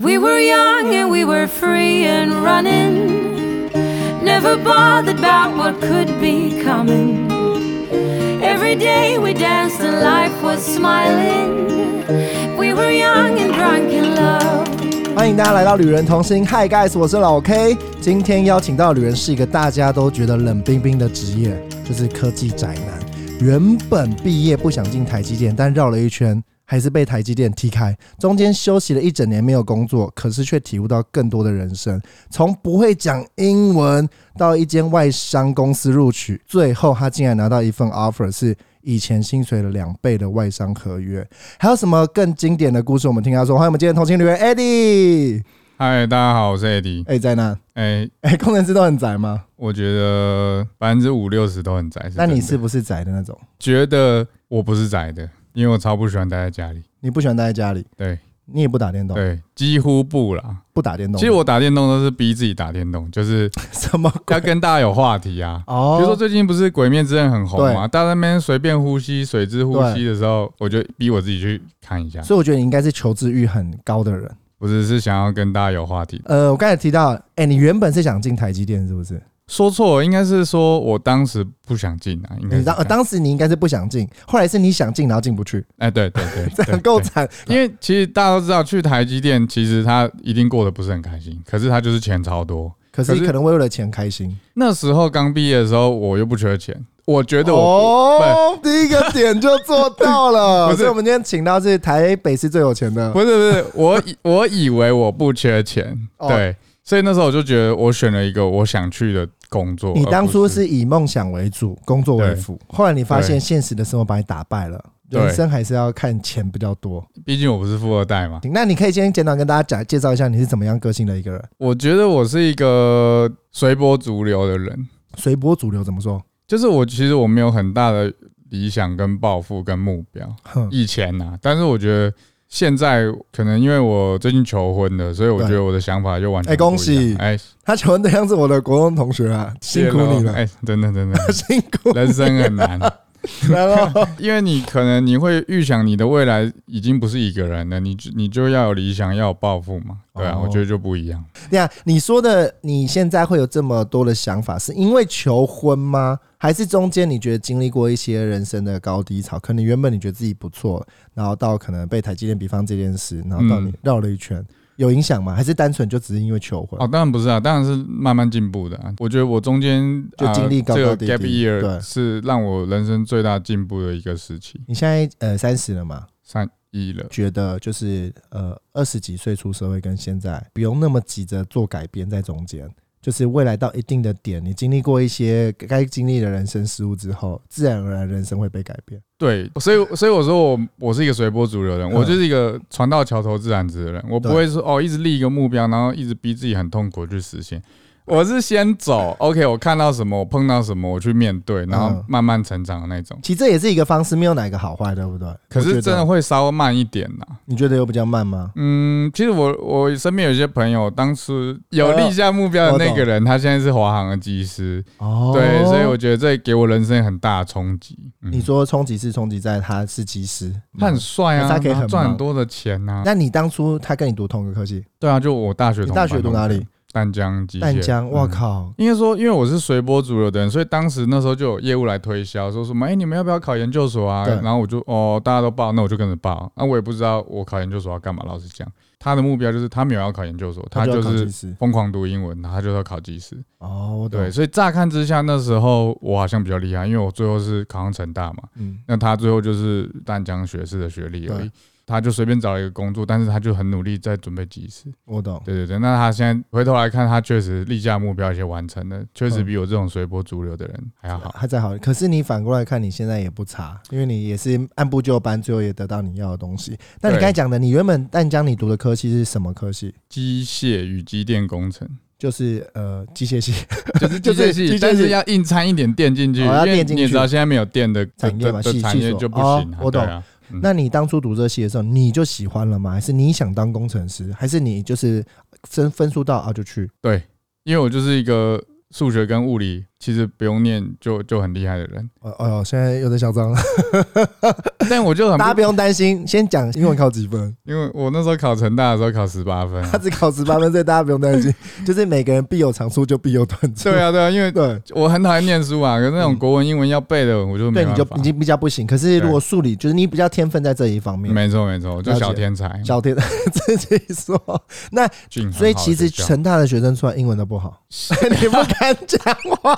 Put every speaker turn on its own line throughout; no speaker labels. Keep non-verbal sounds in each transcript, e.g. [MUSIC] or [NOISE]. We were young and we were free and running. Never bothered about what could be coming. Every day we danced and life was smiling. We were young and drunk in love.
欢迎大家来到旅人同心，Hi guys，我是老 K。今天邀请到的旅人是一个大家都觉得冷冰冰的职业，就是科技宅男。原本毕业不想进台积电，但绕了一圈，还是被台积电踢开。中间休息了一整年没有工作，可是却体悟到更多的人生。从不会讲英文到一间外商公司录取，最后他竟然拿到一份 offer 是。以前薪水的两倍的外商合约，还有什么更经典的故事？我们听他说。欢迎我们今天的同行旅人 Eddie。
嗨，大家好，我是 AD。
哎、在那
哎、
哎、工程师都很宅吗？
我觉得百分之五六十都很宅。
那你
真的
是不是宅的那种？
觉得我不是宅的？因为我超不喜欢待在家里。
你不喜欢待在家里，
对
你也不打电动，
对，几乎不啦。
不打电动。
其实我打电动都是逼自己打电动，就
[LAUGHS]
是
什么
要
鬼？
跟大家有话题啊。
哦
比如说最近不是《鬼面之刃》很红嘛，
对
大家在那边随便呼吸、水之呼吸的时候，我就逼我自己去看一下，
所以我觉得你应该是求知欲很高的人。
不是是想要跟大家有话题。
呃，我刚才提到，哎、你原本是想进台积电是不是？
说错了，应该是说我当时不想进啊，应该
你
是
当、呃
这样
当时你应该是不想进，后来是你想进然后进不去，
哎，对对对，
[LAUGHS] 这
对
很够
对
惨。
因为其实大家都知道，去台积电其实他一定过得不是很开心，可是他就是钱超多。
可是
可
你
是
可能会为了钱开心。
那时候刚毕业的时候，我又不缺钱，我觉得我、
哦，第一个点就做到了。
[LAUGHS] 不是
所以我们今天请到是台北市最有钱的
不是不是，我以我以为我不缺钱，
哦
对，所以那时候我就觉得我选了一个我想去的工作。
你
而
当
哦不
初
是
是以梦想为主，工作为辅，后来你发现现实的生活把你打败了，
对
人生还是要看钱比较多。
毕竟我不是富二代嘛，
那你可以先简短跟大家讲介绍一下你是怎么样个性的一个人，
我觉得我是一个随波逐流的人，
随波逐流怎么说？
就是我其实我没有很大的理想跟抱负跟目标。
哼，
以前呐、但是我觉得现在可能因为我最近求婚了，所以我
对
觉得我的想法就完全
哎
不一样
恭喜
哎，
他求婚对象是我的国中同学啊，辛苦你了，
哎，真的真的，
辛苦
人生很难，
了
[LAUGHS]
咯。
因为你可能你会预想你的未来已经不是一个人了，你就你就要有理想，要有抱负嘛，对啊，
哦
我觉得就不一样。
对啊，你说的你现在会有这么多的想法，是因为求婚吗？还是中间你觉得经历过一些人生的高低潮？可能原本你觉得自己不错，然后到可能被台积电比方这件事，然后到你
嗯
绕了一圈，有影响吗？还是单纯就只是因为求婚？
哦，当然不是啊，当然是慢慢进步的、啊。我觉得我中间
就经历
呃
高
这
高
个
低
gap
低对
year 是让我人生最大进步的一个时期，
你现在呃三十了嘛？
三一了。
觉得就是呃二十几岁出社会跟现在不用那么急着做改变，在中间就是未来到一定的点，你经历过一些该经历的人生事物之后，自然而然人生会被改变。
对，所以所以我说我我是一个随波逐流的人，
嗯
我就是一个船到桥头自然直的人，我不会说哦一直立一个目标，然后一直逼自己很痛苦去实现。我是先
[LAUGHS]
走，OK，我看到什么，我碰到什么，我去面对，然后
嗯
慢慢成长的那种。
其实这也是一个方式，没有哪个好坏，对不对？我
可
觉
是
得
真的，会稍微慢一点呐、
你觉得有比较慢吗？
嗯，其实我我身边有些朋友，当初有立下目标
哦我
的
懂
那个人，他现在是华航的技师，
哦
对，所以我觉得这给我人生很大的冲击。嗯
你说冲击是冲击在他是技师，
他很
嗯
帅啊，
可是他可以很
然后赚
忙
很多的钱啊呐、
那你当初他跟你读同个科系，
对啊，就我大学
你
同班
大
同
学
学，
读哪里？
淡江机械。
淡江，哇
嗯！
靠！
应该说，因为我是随波逐流的人，所以当时那时候就有业务来推销，说什么哎、你们要不要考研究所啊？
对
然后我就哦，大家都报，那我就跟着报。啊那、我也不知道我考研究所要干嘛。老实讲，他的目标就是他没有要考研究所，他
就
就
要考技
是
师
疯狂读英文，然后他就要考技师。
哦，我懂
对，，所以乍看之下，那时候我好像比较厉害，因为我最后是考上成大嘛。
嗯，
那他最后就是淡江学士的学历而
对
已，他就随便找了一个工作，但是他就很努力在准备技师。
我懂。
对对对，那他现在回头来看，他确实立下目标，而且完成了，确实比我这种随波逐流的人还要好。
还在好，可嗯是啊你反过来看，你现在也不差，因为你也是按部就班，最后也得到你要的东西。那你
对
刚才讲的，你原本淡江你读的科系是什么科系？
机械与机电工程
就是呃机械系，
就
[LAUGHS]
是
就是
机械
机械
系
系，
但是要硬掺一点电进去，
哦要
因为
电进
你也
去
知道现在没有电的
产业嘛
的的
系
的产
系
业
所
就不行
哦
啊。
我懂
对啊，嗯
那你当初读这个系的时候，你就喜欢了吗？还是你想当工程师？还是你就是分分数到啊就去？
因为我就是一个数学跟物理其实不用念就就很厉害的
[LAUGHS]
人。
哦哦哟，现在又在嚣张了，
但我就很
[LAUGHS]
不
大家不用担心，先讲英文考几
[LAUGHS]
分，
因为我那时候考成大的时候考十八分啊，
他只考十八分，所以大家不用
[LAUGHS]
担心，就是每个人必有长处，就必有短处。
对啊对啊，因为
[LAUGHS] 对，嗯
我很讨厌念书啊，可是那种国文、英文要背的，我就没
对，你
办
就
法
已。经比较不行。可是如果数理，就是你比较天分在这一方面，
没错没错，就
了解
小天才。
小天 [LAUGHS] 自己说。那
俊很好
所以其实
就这样
成大的学生出来英文都不
[LAUGHS]
好， [LAUGHS] 你不敢讲话，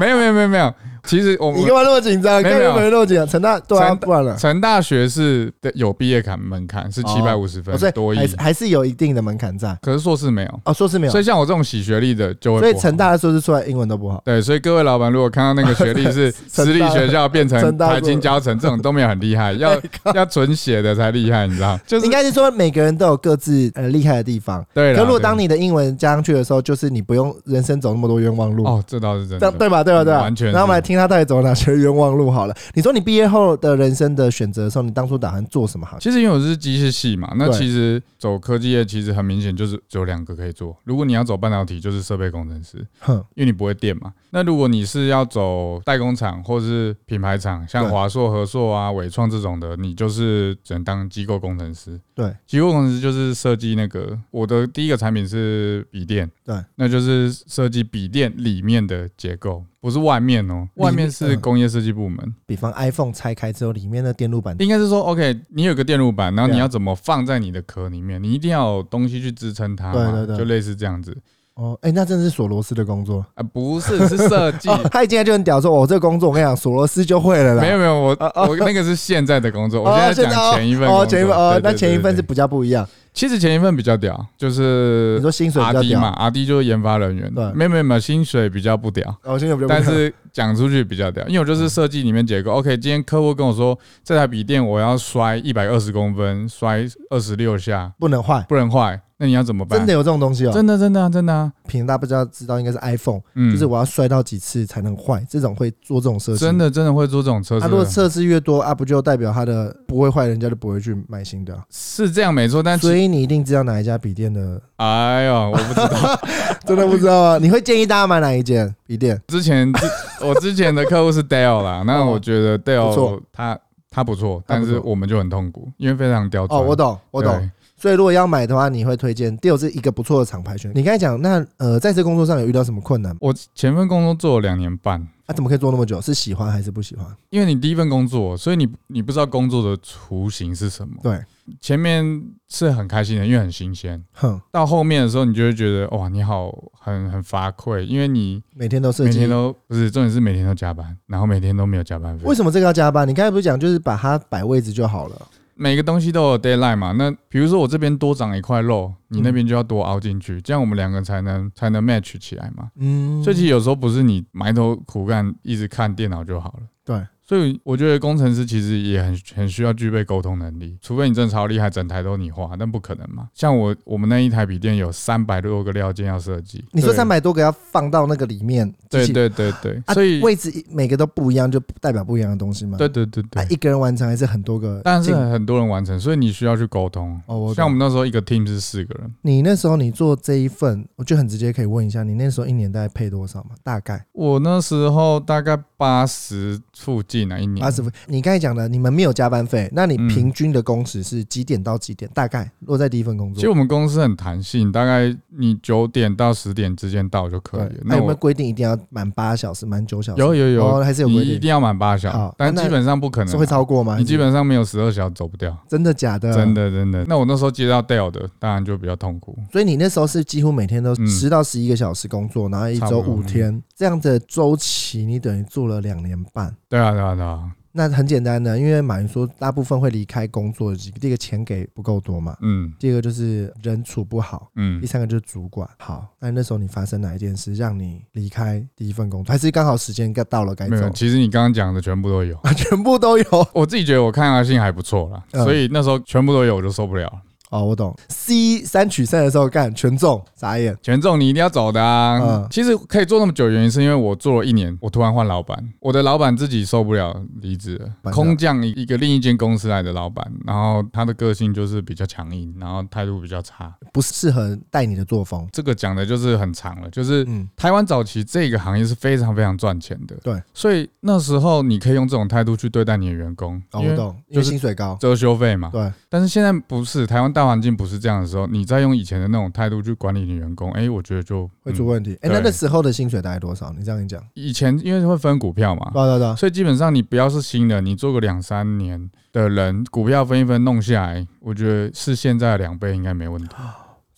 没有没有没有没有，其实我
你干
们
嘛那么紧张？
没
干
有
嘛
没有
那么紧张？成大对啊，
成大
不然了，
成大学是的有毕业坎门槛是
哦
七百五十
哦所
分多
以
一
还，是还是有一定的门槛在。
可是硕士没有，
哦，硕士没有
所，以像我这种洗学历的就会
所以
不好
成大的硕士出来英文都不好。
对，所以各位老板如果看到那个学历
[LAUGHS]
是私立学校变
成
成
大
台金教程这种都没有很厉害，
[LAUGHS]
要要纯写的才厉害，你知道？就是
应该是说每个人都有各自呃厉害的地方。
对啦
可如果当
对
你的英文加上去的时候，就是你不用人生走那么多冤枉路。
哦，这倒是真
这
的
样，对吧？对吧？对吧？
完全是
然后我们来听他到底走哪些冤枉路好了。你说你毕业后的人生的选择的时候，你当初打算做什么行业？
其实因为我是机械系嘛，那
对
其实走科技业其实很明显就是只有两个可以做。如果你要走半导体，就是设备工程师，
哼，
因为你不会电嘛。那如果你是要走代工厂或是品牌厂，像
对
华硕、和硕啊、伟创这种的，你就是只能当机构工程师。
对，
机构工程师就是设计那个我的第一个产品是笔电，
对，
那就是设计笔电里面的结构，不是外面哦，
里面
外面是
嗯
工业设计部门。
比方 iPhone 拆开之后，里面的电路板，
应该是说，OK，你有个电路板，然后
对啊
你要怎么放在你的壳里面？你一定要有东西去支撑它嘛，
对对对
就类似这样子
哦，哎、那真的是索罗斯的工作。
啊，不是是设
[LAUGHS]
计。[LAUGHS]
哦，他一进来就很屌说，我、这个工作我跟你讲，索罗斯就会了啦。
没有没有，我我那个是现在的工作，我
哦，
现在
现
讲前一份工作
哦，前一份哦，那前一份，是
对对对对
比较不一样。
其实前一份比较屌，就是
你说薪水比
R
较
D
屌，
嘛，R D 就是研发人员
对，
没有没有没有，薪水比较不屌，
哦，薪水比较不一
但
样，
是讲出去比较屌，因为我就是设计里面结构。OK，今天客户跟我说这台笔电我要摔一百二十公分，摔二十六下，
[LAUGHS] 不能坏。
不能坏，那你要怎么办？
真的有这种东西哦，
真的真的啊真的啊，
平常大家不知道知道应该是 iPhone，、
嗯，
就是我要摔到几次才能坏，这种会做这种设计。
真的真的会做这种车
他、
子
如果
的，
测试越多啊，不就代表他的不会坏，人家就不会去买新的啊、
是这样没错，但
所
是
以你一定知道哪一家笔电的，
哎呦，我不知道，
真的不知道啊？你会建议大家买哪一间笔电？
之前之 [LAUGHS] 我之前的客户是 Dell 啦，那我觉得
哦不
Dell
错
他他不错，
他不
但
错
是我们就很痛苦，因为非常刁钻。
哦，我懂，我懂
对。。
所以如果要买的话，你会推荐 Deal 是一个不错的厂牌选。你刚才讲，那呃，在这工作上有遇到什么困难吗？
我前份工作做了两年半，
啊，怎么可以做那么久？是喜欢还是不喜欢？
因为你第一份工作，所以你你不知道工作的雏形是什么。
对，
前面是很开心的，因为很新鲜。
哼，
到后面的时候，你就会觉得哇，你好很很乏愧，因为你
每天都设
每
计
天。都不是重点是每天都加班，然后每天都没有加班费。
为什么这个要加班？你刚才不是讲就是把它摆位置就好了？
每个东西都有 deadline 嘛。那比如说我这边多长一块肉，
嗯
你那边就要多凹进去，这样我们两个才能才能 match 起来嘛。
嗯，
所以其实有时候不是你埋头苦干，一直看电脑就好了。
对，
所以我觉得工程师其实也很很需要具备沟通能力，除非你真的超厉害，整台都你画，但不可能嘛。像我我们那一台笔电有三百多个料件要设计，
你说
对
三百多个要放到那个里面，
对
机器
对对对，
啊
所以
位置每个都不一样，就代表不一样的东西吗？
对对对
啊
对，，
一个人完成还是很多个进？
但是很多人完成，所以你需要去沟通。
哦，我
像我
懂
们那时候一个 team 是四个人，
你那时候你做这一份，我就很直接可以问一下，你那时候一年大概配多少嘛？大概
我那时候大概八十附近啊，一年
八十分。你刚才讲的，你们没有加班费，那你
嗯
平均的工时是几点到几点？大概落在第一份工
其实
作，
我们公司很弹性，大概你九点到十点之间到就可以了
对。那
那
有没
我
有规定一定要满八小时，满九小时？
有有
哦，
有，
还是有
你
规
一
定，
定要满八小
好
时，但
那
基本上不可能
是啊
啊，
会超过吗？
你基本上没有十二小时走不掉。
真的假的？
真。的真的，那我那时候接到 Dell 的，当然就比较痛苦。
所以你那时候是几乎每天都
嗯
十到十一个小时工作，然后一
差
周
不多嗯
五天这样的周期，你等于做了两年半。
对啊对啊对啊，
那很简单的，因为马云说大部分会离开工作的几个，第一个钱给不够多嘛，
嗯
第二个就是人处不好，
嗯
第，三个就是主管。好，那那时候你发生哪一件事让你离开第一份工作，还是刚好时间该到了该
没有，
走？
其实你刚刚讲的全部
[LAUGHS]
都有。
啊，全部都有
我自己觉得我抗压性还不错啦，
嗯
所以那时候全部都有我就受不了了。
哦，我懂。C 三取三的时候干全中，傻眼。
权重你一定要走的啊！
嗯
其实可以做那么久，原因是因为我做了一年，我突然换老板，我的老板自己受不了离职了，
搬家
空降一个另一间公司来的老板，然后他的个性就是比较强硬，然后态度比较差。
不适合带你的作风。
这个讲的就是很长了，就是
嗯
台湾早期这个行业是非常非常赚钱的，
对，
所以那时候你可以用这种态度去对待你的员工，
哦，
因
我
为
懂，因
就
为
是啊
薪水高。
遮羞费嘛。
对，
但是现在不是，台湾大环境不是这样的时候，你再用以前的那种态度去管理你的员工，哎，我觉得就
会出
嗯
问题。哎、那
对
那时候的薪水大概多少？你这样一讲，
以前因为会分股票嘛，
对啊对啊对啊，
所以基本上你不要是新人，你做个两三年的人，股票分一分弄下来，我觉得是现在的两倍应该没问题，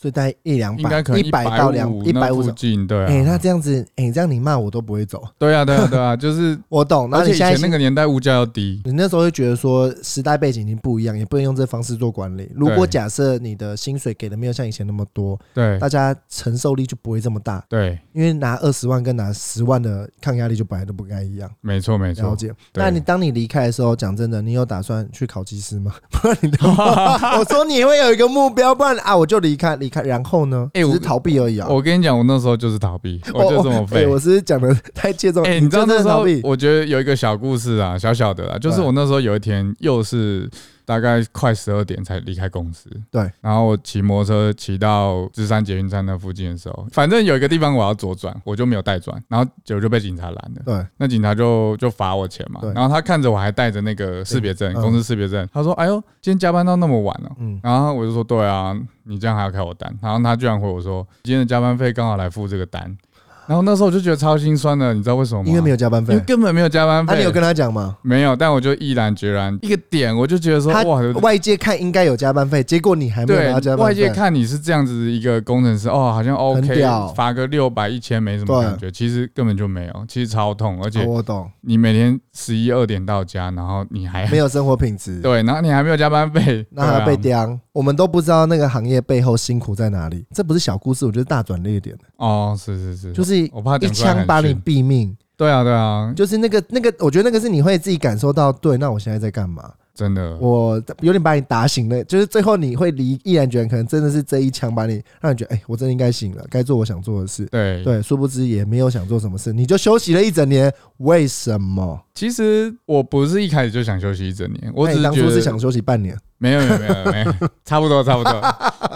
所以大概一两
应
百
该可，能
啊一百到两
150
一百
那
五
附
十。
近，对
哎、那
啊，
这样子，哎、这样你骂我都不会走。
对啊，对啊，对啊，就是。
我懂。那
而且
你
以
现在
前那
薪
个年代物价要低，
你那时候会觉得说时代背景已经不一样，也不能用这方式做管理。如果
对
假设你的薪水给的没有像以前那么多，
对
大家承受力就不会这么大，
对，
因为拿二十万跟拿十万的抗压力就本来都不该一样。
没错没
了
错。
解。
对
那你当你离开的时候，讲真的，你有打算去考技
[LAUGHS]
师吗？ [LAUGHS] 不然你的，我说你会有一个目标，不然啊，我就离开离开，然后呢，
[LAUGHS] 哎
只
我
是逃避而已啊。
我跟你讲，我那时候就是逃避，
[LAUGHS]
我就这么
哎
废。
我是不是讲的太切中，
哎、你知道
真
那
的
时
逃
候
避，
我觉得有一个小故事啊，小小的啊，就是
对
我那时候有一天又是大概快十二点才离开公司，
对，
然后我骑摩托车骑到芝山捷运站那附近的时候，反正有一个地方我要左转，我就没有带转，然后结果就被警察拦了。
对，
那警察就就罚我钱嘛
对，
然后他看着我还带着那个识别证，
嗯
公司识别证，他说：“哎呦，今天加班到那么晚哦。”
嗯，
然后我就说：“对啊，你这样还要开我单。”然后他居然回我说：“今天的加班费刚好来付这个单。”然后那时候我就觉得超心酸的，你知道为什么吗？
因为没有加班
因为
费。
根本没有加班
啊，
费。
你有跟他讲吗？
没有，但我就毅然决然一个点，我就觉得说
他
哇，
外界看应该有加班费，结果你还没有拿到
对
加
外
班
界
费。
看你是这样子一个工程师，哦，好像 OK，
屌
罚个六百一千没什么
对
感觉，其实根本就没有，其实超痛，而
哦
且
我懂，
你每天十一二点到家，然后你还
没有生活品质，
[LAUGHS] 对，啊然后你还没有加班费，
[LAUGHS] 那还要被
对啊
刁，我们都不知道那个行业背后辛苦在哪里。这不是小故事，我觉得大转捩点，
哦，是是是，
就是
我怕
一
讲出来
枪
很
把你
逊
毙命。
对啊对啊，
就是那个那个，我觉得那个是你会自己感受到，对，那我现在在干嘛？
真的，
我有点把你打醒了，就是最后你会离毅然决然，可能真的是这一枪把你让你觉得，哎、我真的应该醒了，该做我想做的事。
对，
对，殊不知也没有想做什么事，你就休息了一整年，为什么？
其实我不是一开始就想休息一整年，我
那哎你
只是
当
觉
初
得
是想休息半年，
没有没有没有没有，
[LAUGHS]
差不多差不多，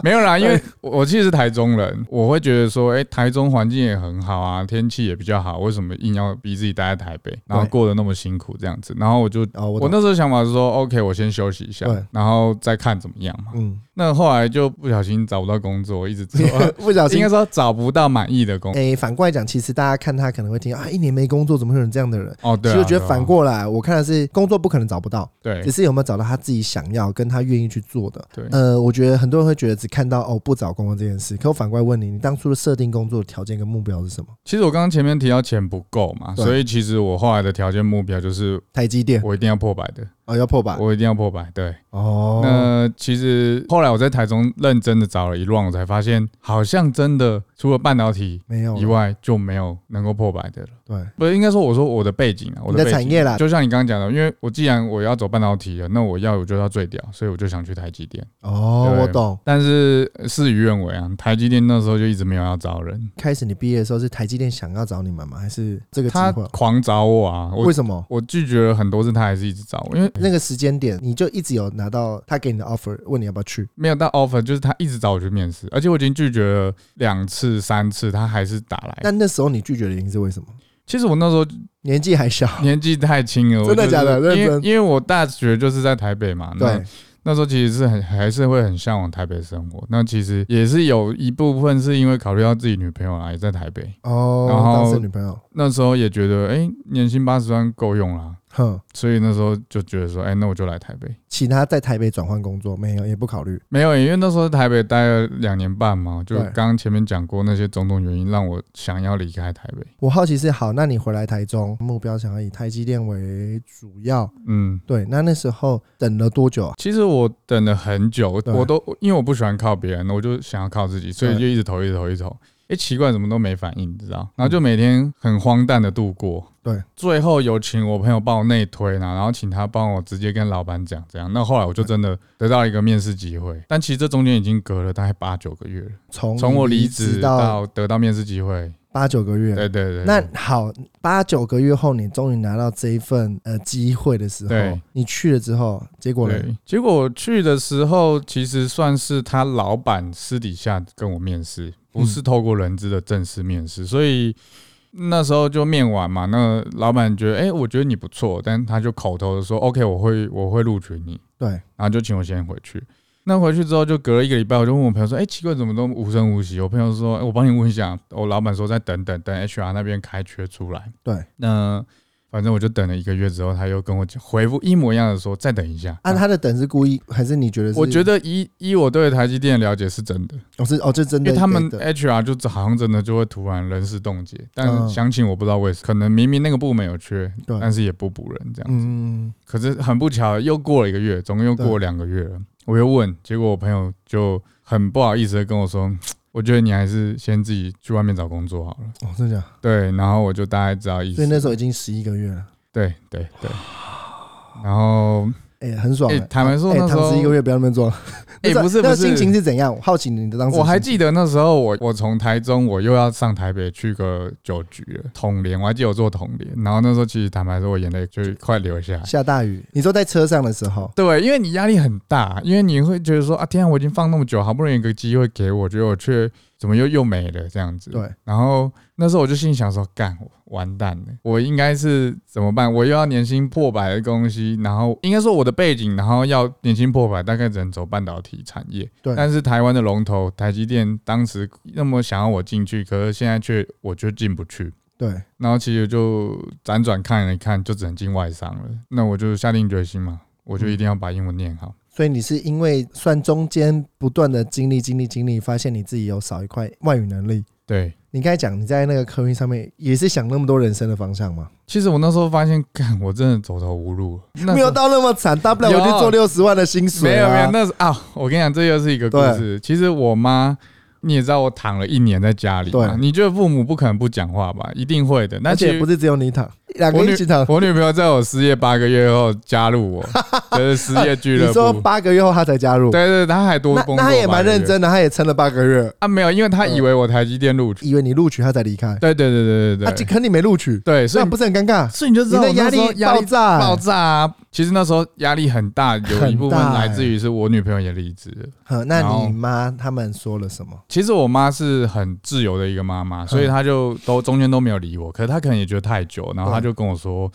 没有啦，因为
哎
我我其实是台中人，我会觉得说，哎、台中环境也很好啊，天气也比较好，为什么硬要逼自己待在台北，然后
对
过得那么辛苦这样子？然后我就
哦，我
我
懂
那时候想法是说，OK，我先休息一下
对，
然后再看怎么样嘛。
嗯，
那后来就不小心找不到工作，一
[LAUGHS]
直做， [LAUGHS]
不小
应
心
该，说找不到满意的工。
哎、反过来讲，其实大家看他可能会听啊，一年没工作，怎么会有人这样的人？
哦，对、啊，
其实我觉
对
得
啊
反过来，我看的是工作不可能找不到，
对
只是有没有找到他自己想要跟他愿意去做的。
对，
呃，我觉得很多人会觉得只看到哦不找工作这件事，可我反过来问你，你当初的设定工作条件跟目标是什么？
其实我刚刚前面提到钱不够嘛，
对
所以其实我后来的条件目标就是
台积电
我一定要破百的，
哦，要破百
我一定要破百，对。
哦，
那其实后来我在台中认真的找了一 round，我才发现好像真的除了半导体
没有
以
了
外就没有能够破百的了。
对，
不是，应该说我说我的背景啊，我
你的
的背景
产业啦，
就像你刚刚讲的，因为我既然我要走半导体了，那我要我就要最屌，所以我就想去台积电。
哦，
对
我懂。
但是呃事与愿违啊，台积电那时候就一直没有要招人，
开始你毕业的时候是台积电想要找你们吗？还是这个机
他
会？
狂找我啊，
为
我
什么？
我拒绝了很多次，他还是一直找我，因为
那个时间点你就一直有拿到他给你的 offer，问你要不要去？
没有到 offer，就是他一直找我去面试，而且我已经拒绝了两次、三次，他还是打来。
但那时候你拒绝的原因是为什么？
其实我那时候
年纪还小，
年纪太轻了，我
真的
就是
假的认
因为
真
因为我大学就是在台北嘛，那
对，
那时候其实是很还是会很向往台北生活。那其实也是有一部分是因为考虑到自己女朋友啊也在台北，
哦，
然后
当时的女朋友，
那时候也觉得哎、诶年薪八十万够用啦，
哼，
所以那时候就觉得说哎、诶那我就来台北。
请他在台北转换工作没有，也不考虑。
没有，因为那时候在台北待了两年半嘛，就
对
刚刚前面讲过那些种种原因，让我想要离开台北。
我好奇是好，那你回来台中，目标想要以台积电为主要，
嗯，
对，那那时候等了多久？
其实我等了很久，
对
我都因为我不喜欢靠别人，我就想要靠自己，所以
对嗯
就一直投，一直投，一直投。哎、奇怪，怎么都没反应，你知道？然后就每天很荒诞的度过。
对，
最后有请我朋友帮我内推呢，然后请他帮我直接跟老板讲这样。那后来我就真的得到一个面试机会，但其实这中间已经隔了大概八九个月了，
从
从我
离
离职
到
到得到面试机会，
八九个月，
对对对，
那好，八九个月后，你终于拿到这一份呃机会的时候
对，
你去了之后，结果呢？
对，结果我去的时候，其实算是他老板私底下跟我面试，不
嗯
是透过人资的正式面试，所以那时候就面完嘛。那老板觉得，哎、我觉得你不错，但他就口头的说，OK，我会我会录取你，
对，
然后就请我先回去。那回去之后就隔了一个礼拜，我就问我朋友说：“哎、奇怪，怎么都无声无息？”我朋友说：“哎、我帮你问一下。”我老板说：“再等等，等 HR 那边开缺出来。”
对，
那反正我就等了一个月之后，他又跟我讲回复一模一样的说：“再等一下。”
啊按他的等是故意，还是你觉得是？
啊我觉得以以我对台积电的了解是真的，
哦是哦，这真
因
的
为他们哎
对
HR 就好像真的就会突然人事冻结，但
嗯
是详情我不知道为什么，可能明明那个部门有缺，
对
但是也不补人这样。
嗯，
可是很不巧，又过了一个月，总共又过两个月了，我又问，结果我朋友就很不好意思的跟我说。我觉得你还是先自己去外面找工作好了。
哦，真的假的，
对，然后我就大概知道意思。
所以那时候已经十一个月了，
对对对。然后
哎，很爽
哎
欸。
坦白说
哎
那时候
躺十一个月不要那么装，
哎，
那
不是不
那
是，
心情是怎样？我好奇你的当时，
我还，记得那时候我我从台中我又要上台北去个酒局了，统联我还记得我做统联，然后那时候其实坦白说我眼泪就快流下来。
下大雨，你说在车上的时候，
对，因为你压力很大，因为你会觉得说啊，天啊，我已经放那么久，好不容易有个机会给我，结果我却怎么又又没了这样子。
对，
然后那时候我就心里想说，干，完蛋了，我应该是怎么办？我又要年薪破百的东西，然后应该说我的背景，然后要年薪破百，大概只能走半导体产业。
对
但是台湾的龙头台积电当时那么想要我进去，可是现在却我却进不去。
对，
然后其实就辗转看了一看，就只能进外商了。那我就下定决心嘛，我就一定要把英文念好。
所以你是因为算中间不断的经历、经历、经历，发现你自己有少一块外语能力。
对，
你刚才讲你在那个客运上面也是想那么多人生的方向吗？
其实我那时候发现，干，我真的走投无路了。那时候
没有到那么惨，大不了我去做六十万的薪水、啊。
没有没有，那是啊，我跟你讲，这又是一个故事。其实我妈，你也知道，我躺了一年在家里嘛
对。
你觉得父母不可能不讲话吧？一定会的。那
而
其
且
实
不是只有你躺，两
我
个
女
一起躺。
我女朋友在我失业八个月后加入
[LAUGHS]
我，就是失业俱
你
乐
说
部。
八个月后他才加入，
对对，她还多
那
工作
那他也蛮
8个月
认真的，他也撑了八个月，
啊，没有，因为她以为我台积电录取。
以为你录取他才离开，
对对对对
他
对
就
对，
肯定没录取，
对，所
啊那
以
不是很尴尬？
所以你就知
你
道
的
我
压
那时候
力
压
爆
力
炸、欸
爆炸啊！其实那时候压力很大，有一部分
很大欸
来自于是我女朋友也离职了。
嗯那
然后
你妈他们说了什么？
其实我妈是很自由的一个妈
嗯
妈，所以她就都中间都没有理我。可是她可能也觉得太久，
嗯
然后她就跟我说：“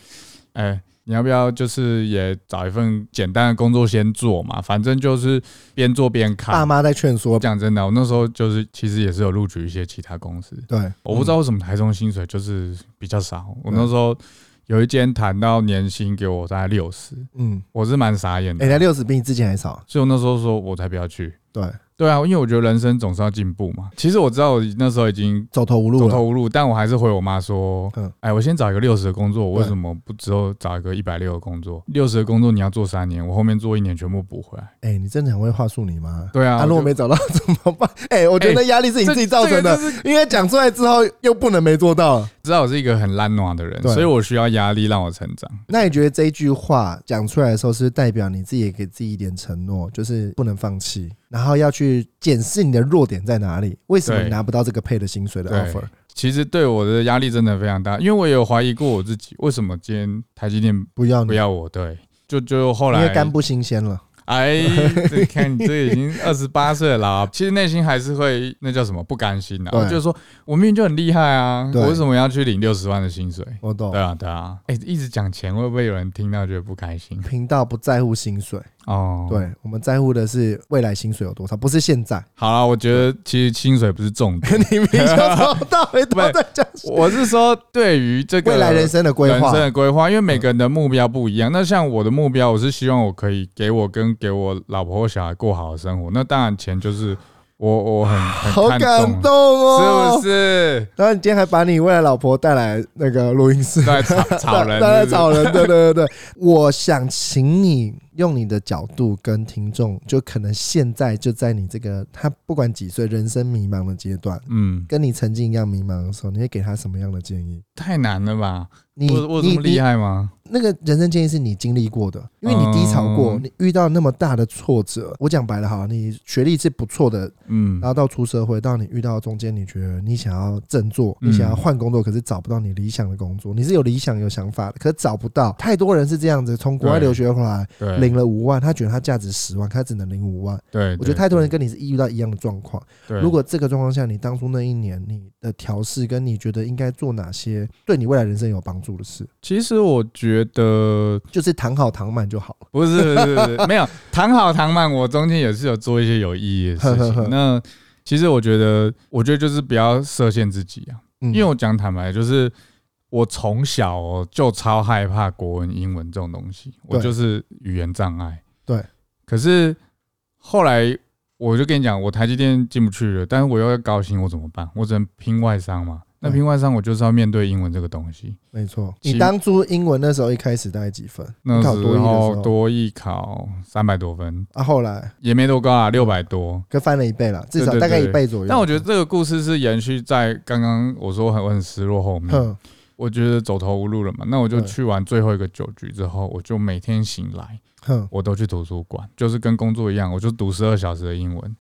哎、你要不要就是也找一份简单的工作先做嘛？反正就是边做边
爸
看。”
妈在劝说，
讲真的，我那时候就是其实也是有录取一些其他公司，
对，
我不知
道，
道为什么台中薪水就是比较少。
嗯
我那时候有一间谈到年薪给我大概六十，
嗯，
我是蛮傻眼的。
哎，才六十比你之前还少，
所以我那时候说我才不要去。
对，
对啊，因为我觉得人生总是要进步嘛。其实我知道我那时候已经
走投无路
走
了，
投无路，但我还是回我妈说
啊嗯：“
哎，我先找一个六十的工作，我为什么不之后找一个一百六的工作？六十的工作你要做三年，我后面做一年全部补回来。
哎、你真的很会话术你妈。
对啊
啊，如果
我就
没找到怎么办？ [LAUGHS] 哎、我觉得压力是你
这”
自己造成的，
这个就是
因为讲出来之后又不能没做到。
知道我是一个很懒惰的人，
对
所以我需要压力让我成长。
那你觉得这一句话讲出来的时候，是不是代表你自己也给自己一点承诺，就是不能放弃，然后要去检视你的弱点在哪里？为什么
对
你拿不到这个配的薪水的
对
offer？
其实对我的压力真的非常大，因为我也有怀疑过我自己，为什么今天台积电
不要
不
你，
要我？对，就就后
因
来
为肝不新鲜了。 [LAUGHS]
哎，这看你这已经二十八岁了啦，其实内心还是会那叫什么不甘心的、
对
我就是说我明明就很厉害啊，
对
我为什么要去领六十万的薪水？
我懂
对，啊，对啊，哎、一直讲钱会不会有人听到觉得不开心？
频道不在乎薪水，
哦，，
对我们在乎的是未来薪水有多少，不是现
[LAUGHS]
在。
好了，我觉得其实薪水不是重
[LAUGHS]
点，
你明明就从到尾都在讲
我是说对于这个
未来人生的规
人
划嗯
生。的规划，因为每个人的目标不一样。那像我的目标，我是希望我可以给我跟给我老婆或小孩过好的生活。那当然钱就是我我很
好
很看
感
重
动哦！
是不是？
然后你今天还把你未来老婆带来那个录音室， [LAUGHS]
在吵吵人，
带来
是不是
找人，对对对对。我想请你用你的角度跟听众，就可能现在就在你这个他不管几岁人生迷茫的阶段，
嗯，
跟你曾经一样迷茫的时候，你会给他什么样的建议？
太难了吧？
你
我我有这
你
么厉
你
害吗？
那个人生建议是你经历过的，因为你低潮过，
嗯
你遇到那么大的挫折。我讲白了哈，你学历是不错的，
嗯
然，后到出社会，到你遇到中间，你觉得你想要振作，
嗯
你想要换工作，可是找不到你理想的工作，你是有理想有想法的，可是找不到。太多人是这样子，从国外
对
留学回来，
对，
领了五万，他觉得他价值十万，他只能领五万。
对，
我觉得
对
太多人，跟你是遇到一样的状况。
对
如果这个状况下，你当初那一年你的调试，跟你觉得应该做哪些对你未来人生有帮助的事，
其实我觉得
就是躺好躺满就好了。
不是，不是不
[LAUGHS]
是没有谈好谈满，我中间也是有做一些有意义的事
呵呵呵
情。那其实我觉得，我觉得就是不要设限自己啊，
嗯
因为我讲坦白，就是我从小哦就超害怕国文、英文这种东西，我
对
就是语言障碍。
对，
可是后来我就跟你讲，我台积电进不去了，但是我又要高薪，我怎么办？我只能拼外商嘛。那
对
拼外商，我就是要面对英文这个东西。
没错，
其
你当初英文那时候一开始大概几分？
那
你考多一
时
的时
候
候，
多一考三百多分，
啊，后来
也没多高啊，六百多。
跟翻了一倍了，至少
对对
大概一
对
倍左右。嗯
但我觉得这个故事是延续在刚刚我说很我很失落后面，
哼，
我觉得走投无路了嘛，那我就
对
去完最后一个酒局之后，我就每天醒来
哼，
我都去图书馆，就是跟工作一样，我就读十二小时的英文。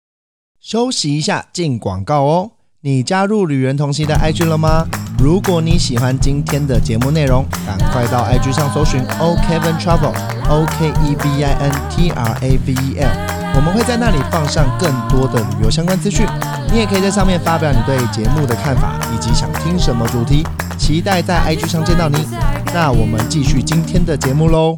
休息一下，进广告哦。你加入旅人同行的 IG 了吗？如果你喜欢今天的节目内容，赶快到 IG 上搜寻 O Kevin Travel O K E V I N T R A V E L，我们会在那里放上更多的旅游相关资讯。你也可以在上面发表你对节目的看法以及想听什么主题，期待在 IG 上见到你。那我们继续今天的节目喽。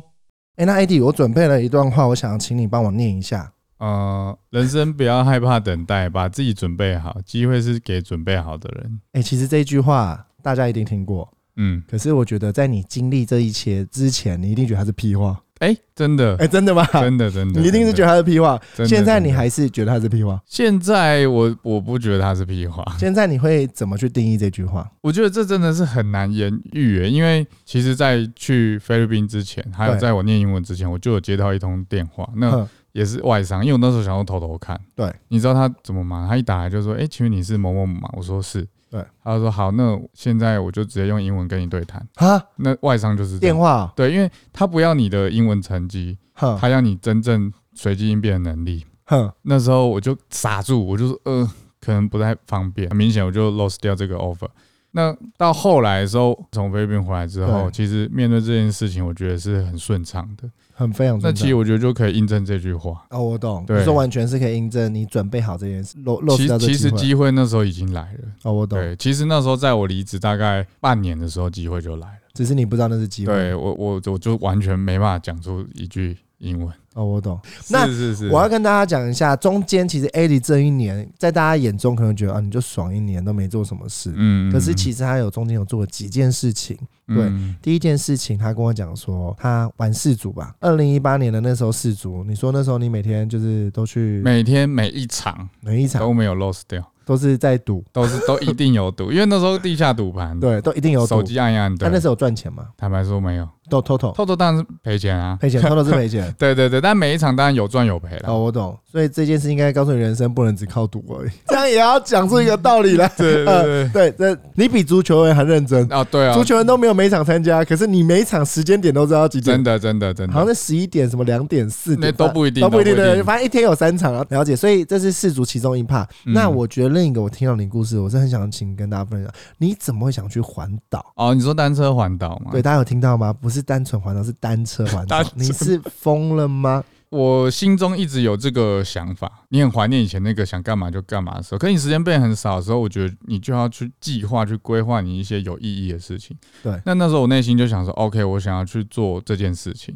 哎，那 AD，我准备了一段话，我想请你帮我念一下。
呃，人生不要害怕等待，把自己准备好，机会是给准备好的人。
哎、其实这句话大家一定听过，
嗯，
可是我觉得在你经历这一切之前，你一定觉得它是屁话。
哎、真的
哎、，真的吗？
真的，真
[LAUGHS]
的，
你一定是觉得它是屁话。
真的
现在
真的
你还是觉得它是屁话？
现在我我不觉得他是屁话， [LAUGHS]
现在你会怎么去定义这句话？
我觉得这真的是很难言喻耶，因为其实，在去菲律宾之前，还有
对
在我念英文之前，我就有接到一通电话，那
哼
也是外商，因为我那时候想要偷偷看。
对，
你知道他怎么吗？他一打来就说：“哎、请问你是某某某吗？”我说是。
对，
他就说：“好，那现在我就直接用英文跟你对谈。
哈，”
那外商就是这样
电话
对，因为他不要你的英文成绩，
哦，哼
他要你真正随机应变的能力。
哼，
那时候我就傻住，我就说呃，可能不太方便，很明显我就 lost 掉这个 offer。那到后来的时候，从菲律宾回来之后，
对其
其实面对这件事情，我觉得是很顺畅的。
很非常
那
正
其实
常。
我觉得就可以印证这句话。
哦，我懂。
对
你说完全是可以印证你准备好这件事，漏漏
其
失掉这
其
机
实
会。
机会那时候已经来了，
哦，我懂。
对，其实那时候在我离职大概半年的时候，机会就来了。
只是你不知道那是机会。
对我我我就完全没办法讲出一句英文。
哦，我懂。那
是是是，
我要跟大家讲一下，中间其实 AD 这一年，在大家眼中可能觉得啊，你就爽一年都没做什么事，
嗯，
可是其实他有中间有做了几件事情。对
嗯
第一件事情，他跟我讲说，他玩四组吧，二零一八年的那时候四组，你说那时候你每天就是都去
每天每一场
每一场
都没有 lost 掉。
都是在赌，
都是都一定有赌，因为那时候地下赌盘，，
对，都一定有赌
嗯手。机按一按，对
但那时候有赚钱嘛，
坦白说没有，
都 total
偷偷当然是赔钱啊，。
赔钱，偷偷是赔钱
[LAUGHS] 对对对，但每一场当然有赚有赔
哦，
了，
我懂，所以这件事应该告诉你，人生不能只靠赌而已， [LAUGHS] 这样也要讲出一个道理来。呃
对对对，
对，这你比足球员还认真，
啊对啊
足，球员都没有每场参加，可是你每场时间点都知道几点
真，的真的真
好像
的，
在十一点、什么两点、四
那
点
都不一定
都不一定
都不一定
对，反正一天有三场啊。了解，所以这是四组其中一 part。
嗯
那我觉得另一个我听到你的故事，我是很想请跟大家分享，你怎么会想去环岛？
哦，你说单车环岛嘛？
对，，大家有听到吗？不是单纯环岛，是单车环岛
单车。
你是疯了吗？
我心中一直有这个想法，你很怀念以前那个想干嘛就干嘛的时候，可你时间变很少的时候，我觉得你就要去计划、去规划你一些有意义的事情。
对
那那时候我内心就想说，OK，我想要去做这件事情，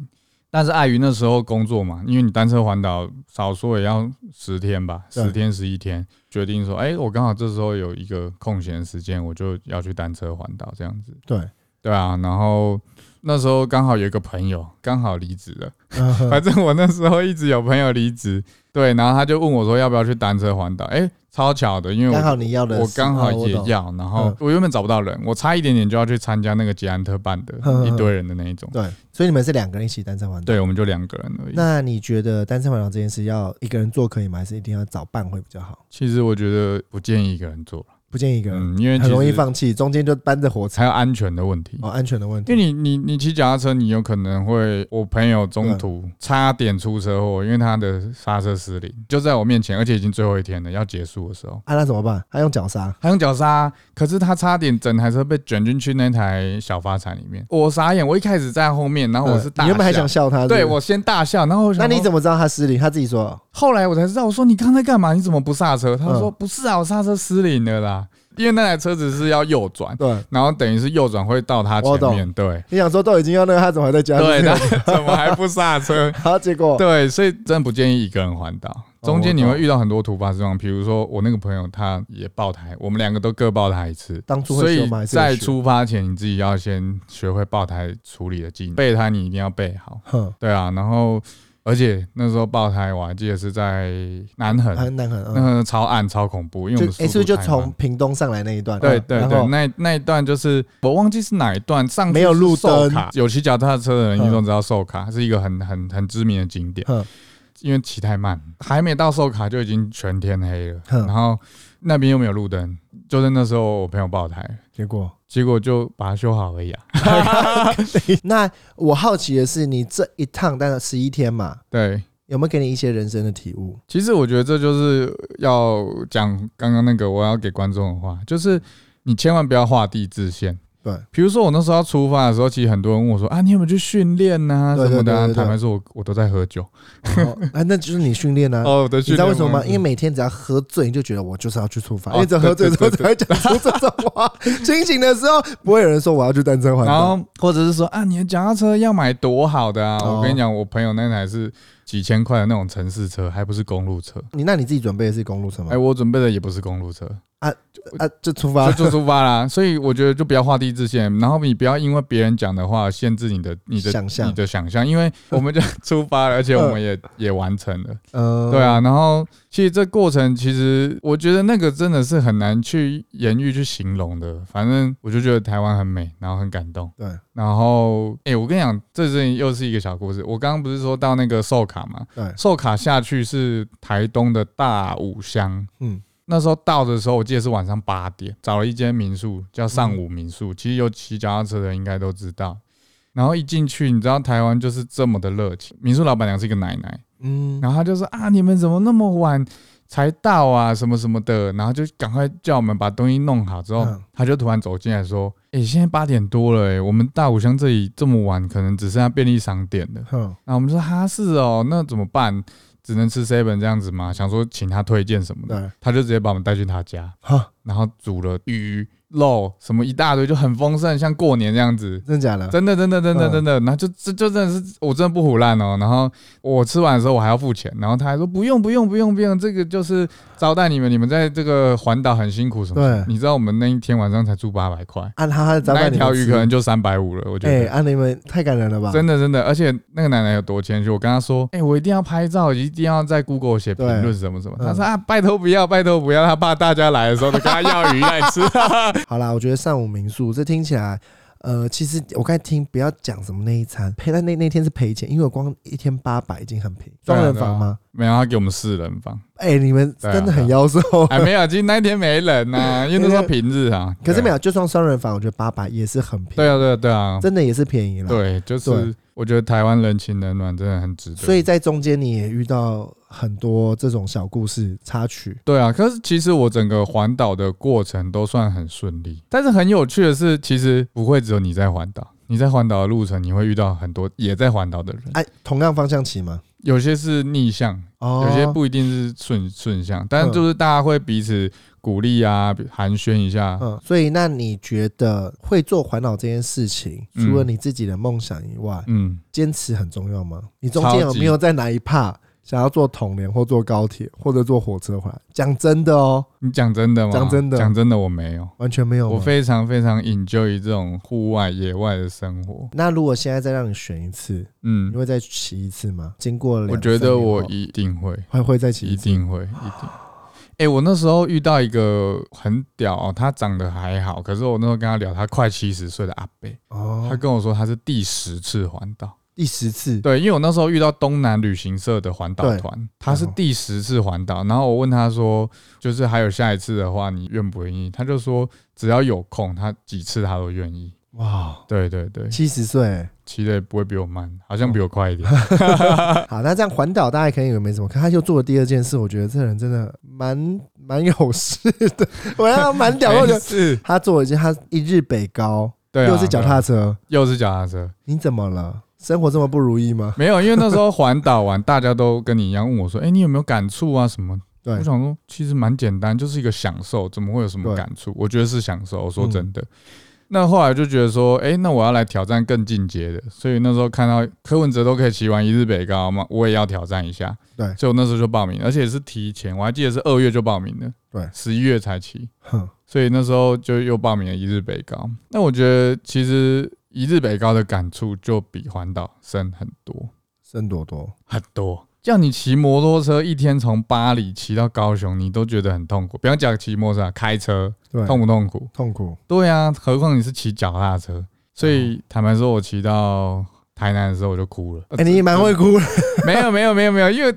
但是碍于那时候工作嘛，因为你单车环岛少说也要十天吧，
对
十天十一天，决定 [LAUGHS] 说，哎、我刚好这时候有一个空闲时间，我就要去单车环岛这样子。
对。
对啊，然后那时候刚好有一个朋友刚好离职了，
嗯哼
反正我那时候一直有朋友离职， [LAUGHS] 对，然后他就问我说要不要去单车环岛，哎，超巧的，因为
刚好
我
你要的，
我刚好
哦我
也
懂
要，然后
嗯
我原本找不到人，我差一点点就要去参加那个捷安特办的
嗯嗯
一堆人的那一种，
对，所以你们是两个人一起单身环岛。
对，我们就两个人而已。
那你觉得单身环岛这件事要一个人做可以吗？还是一定要找伴会比较好？
其实我觉得不建议一个人做，
不建议一个人，
嗯，因为
很容易
其实
放弃，中间就搬着火柴
还有安全的问题。
哦，安全的问
因为
题。
你你你骑脚踏车，你有可能会，我朋友中途
嗯
差点出车祸，因为他的刹车失灵，就在我面前，而且已经最后一天了，要结束的时候，
啊，那怎么办？他用绞杀，
他用脚刹，可是他差点整台车被卷进去那台小发财里面，我傻眼，我一开始在后面，然后我是
嗯
大
你原本还
笑
想，笑他，
对
是不是
我先大笑，然后我
那
想
你
说
怎么知道他失礼？他自己说，哦
后来我才知道，我说你刚才干嘛？你怎么不刹车？他说
嗯
不是啊，我刹车失灵了啦，因为那台车子是要右转，
对，
然后等于是右转会到他
我
前
懂
面，对
你想说都已经要那个，他怎么还在家？[LAUGHS]
对，
的，
他怎么还不刹车？
然后结果，
对，所以真的不建议一个人环岛，中间你
哦我
会
懂
遇到很多突发状况，比如说我那个朋友他也爆胎，我们两个都各爆胎一次。
当初
所
会修
以
吗？还是
在
会学，
出发前，你自己要先学会爆胎处理的技能，备胎你一定要备好。
哼，
对啊，然后而且那时候爆胎，我还记得是在南横，
很难很，
那
嗯，
个超暗超恐怖，因为
就
我
哎
们，
诶
速
是不是
度
就
太慢
从屏东上来那一段？
啊对
嗯
对
然
对
后，
那那一段就是我忘记是哪一段上去
没有
是
路
售
灯
卡，有骑脚踏车的人
嗯
一定都知道售卡是一个很很很知名的景点
嗯，
因为骑太慢，还没到售卡就已经全天黑了，
嗯
然后那边又没有路灯，就是那时候我朋友爆胎，
结果，
结果就把它修好而已啊。 [LAUGHS]
那我好奇的是，你这一趟大概十一天嘛，
对，
有没有给你一些人生的体悟？
其实我觉得这就是要讲刚刚那个我要给观众的话，就是你千万不要画地自限。 [LAUGHS]
对，
比如说我那时候要出发的时候，其实很多人问我说啊，你有没有去训练呐
对
什么的、
对
啊？
对对对
坦白说我，我都在喝酒。
哦，啊，那就是你训练啊。
哦，我的
你
训
知
练
道
我
为什么吗？因为每天只要喝醉，你就觉得我就是要去出发，
哦
因为只有喝醉之后才会讲出这种话。清醒的时候，不会有人说我要去单身环
然
岛。
后或者是说啊，你的脚踏车要买多好的啊！
哦
我跟你讲，我朋友那台是几千块的那种城市车，还不是公路车。
你那你自己准备的是公路车吗
哎，？我准备的也不是公路车，
啊，就出发。
就就出发啦。 [LAUGHS] 所以我觉得就不要画地自限，然后你不要因为别人讲的话限制你的你的
想象
你的想象，因为我们就出发了，而且我们也也完成了。
嗯，
对，啊，然后其实这过程其实我觉得那个真的是很难去言喻去形容的，反正我就觉得台湾很美，然后很感动。
对，
然后哎、我跟你讲，这是又是一个小故事。我刚刚不是说到那个寿卡嘛？
对
寿卡下去是台东的大武乡。
嗯，
那时候到的时候，我记得是晚上八点，找了一间民宿叫上午民
嗯
宿，其实有骑脚踏车的人应该都知道。然后一进去，你知道台湾就是这么的热情。民宿老板娘是一个奶奶，
嗯，
然后他就说啊，你们怎么那么晚才到啊，什么什么的，然后就赶快叫我们把东西弄好之后，
嗯
他就突然走进来说，哎、现在八点多了、欸诶我们大武乡这里这么晚，可能只剩下便利商店了。
哼，
然后我们说哈是哦，那怎么办？只能吃 seven 这样子吗？想说请他推荐什么的，
对，
他就直接把我们带去他家，
哈，
然后煮了鱼肉什么一大堆，就很丰盛，像过年这样子。
真假的？
真的，真的，真的，
嗯
真的，然后就这就真的是我真的不胡乱哦。然后我吃完的时候我还要付钱，然后他还说不用不用不用不用，这个就是招待你们，你们在这个环岛很辛苦什么的。
对
你知道我们那一天晚上才住八百
[LAUGHS]
块，
按啊他他招
那
待
一
你
条
们
鱼
吃
可能就三百五了，我觉
哎，
得。
按你们太感人了吧？
真的真的，而且那个奶奶有多谦虚，我跟她说，
嗯
哎、我一定要拍照，一定要在 Google 写评论什么什么。
嗯
她说啊，拜托不要，拜托不要，她怕大家来的时候都跟她要鱼来吃。
好啦，我觉得上午民宿这听起来，呃，其实我刚才听不要讲什么那一餐赔，但那那天是赔钱，因为我光一天八百已经很便宜， [LAUGHS] 双人房吗？
[LAUGHS] 没有，她给我们四人房，
哎、你们
啊对啊
真的很妖兽。
[LAUGHS] 哎，没有，其实那一天没人呐、因为那时候平日啊。
[LAUGHS] 可是
对啊
没有，就算双人房，我觉得八百也是很便
对
宜，
啊，对啊，对啊，
真的也是便宜了。，
对，就是
对
我觉得台湾人情冷暖真的很值得。
所以在中间你也遇到很多这种小故事插曲。
对啊，可是其实我整个环岛的过程都算很顺利，但是很有趣的是，其实不会只有你在环岛，你在环岛的路程你会遇到很多也在环岛的人，
哎、同样方向骑吗？
有些是逆向，
哦，嗯
有些不一定是顺顺向，但是就是大家会彼此鼓励啊，寒暄一下。
嗯，所以那你觉得会做环岛这件事情，
嗯
除了你自己的梦想以外，
嗯，
坚持很重要吗？你中间有没有在哪一 part 想要坐统联或坐高铁或者坐火车回来。讲真的哦，
你讲真的吗？
讲真的
讲真的，我没有，
完全没有吗。
我非常非常 enjoy 这种户外野外的生活。
那如果现在再让你选一次，
嗯
你，会再骑一次吗？经过两，
我觉得我
三年
一定会，
后还会再骑
一
次。
定会，一定。哎、我那时候遇到一个很屌、哦，他长得还好，可是我那时候跟他聊，他快七十岁的阿伯，他
哦，
跟我说他是第十次环岛。
第十次，
对，因为我那时候遇到东南旅行社的环岛团，他是第十次环岛，然后我问他说，就是还有下一次的话，你愿不愿意？他就说只要有空，他几次他都愿意。
哇，
对对对，
七十岁。
骑的不会比我慢，好
哦
像比我快
[LAUGHS]
一点。
好，那这样环岛大家可能以为没什么，可他又做了第二件事，我觉得这人真的蛮蛮有事的，我要蛮屌，我觉得
是，
他做了一件，他一日北高，
对啊，
又是脚踏车，
又是脚踏车，
你怎么了？生活这么不如意吗？
没有，因为那时候环岛完，大家都跟你一样问我说，哎、你有没有感触啊什么？
对
我，想说，其实蛮简单，就是一个享受，怎么会有什么
对
感触？我觉得是享受。我说真的，那后来就觉得说，哎、那我要来挑战更进阶的。所以那时候看到柯文哲都可以骑完一日北高嘛，我也要挑战一下。
对
所以我那时候就报名，而且是提前，我还记得是二月就报名了，
对
十一月才骑，
哼，
所以那时候就又报名了一日北高。那我觉得其实一日北高的感触就比环岛深很多
生朵朵，
很多。叫你骑摩托车一天从巴黎骑到高雄，你都觉得很痛苦。不要讲骑摩托车啊，开车
对，
痛不痛苦？
痛苦，
对啊，何况你是骑脚踏车。所
啊
以坦白说，我骑到台南的时候我就哭了。呃
哎，你也蛮会哭的，
没有没有没有没有，因为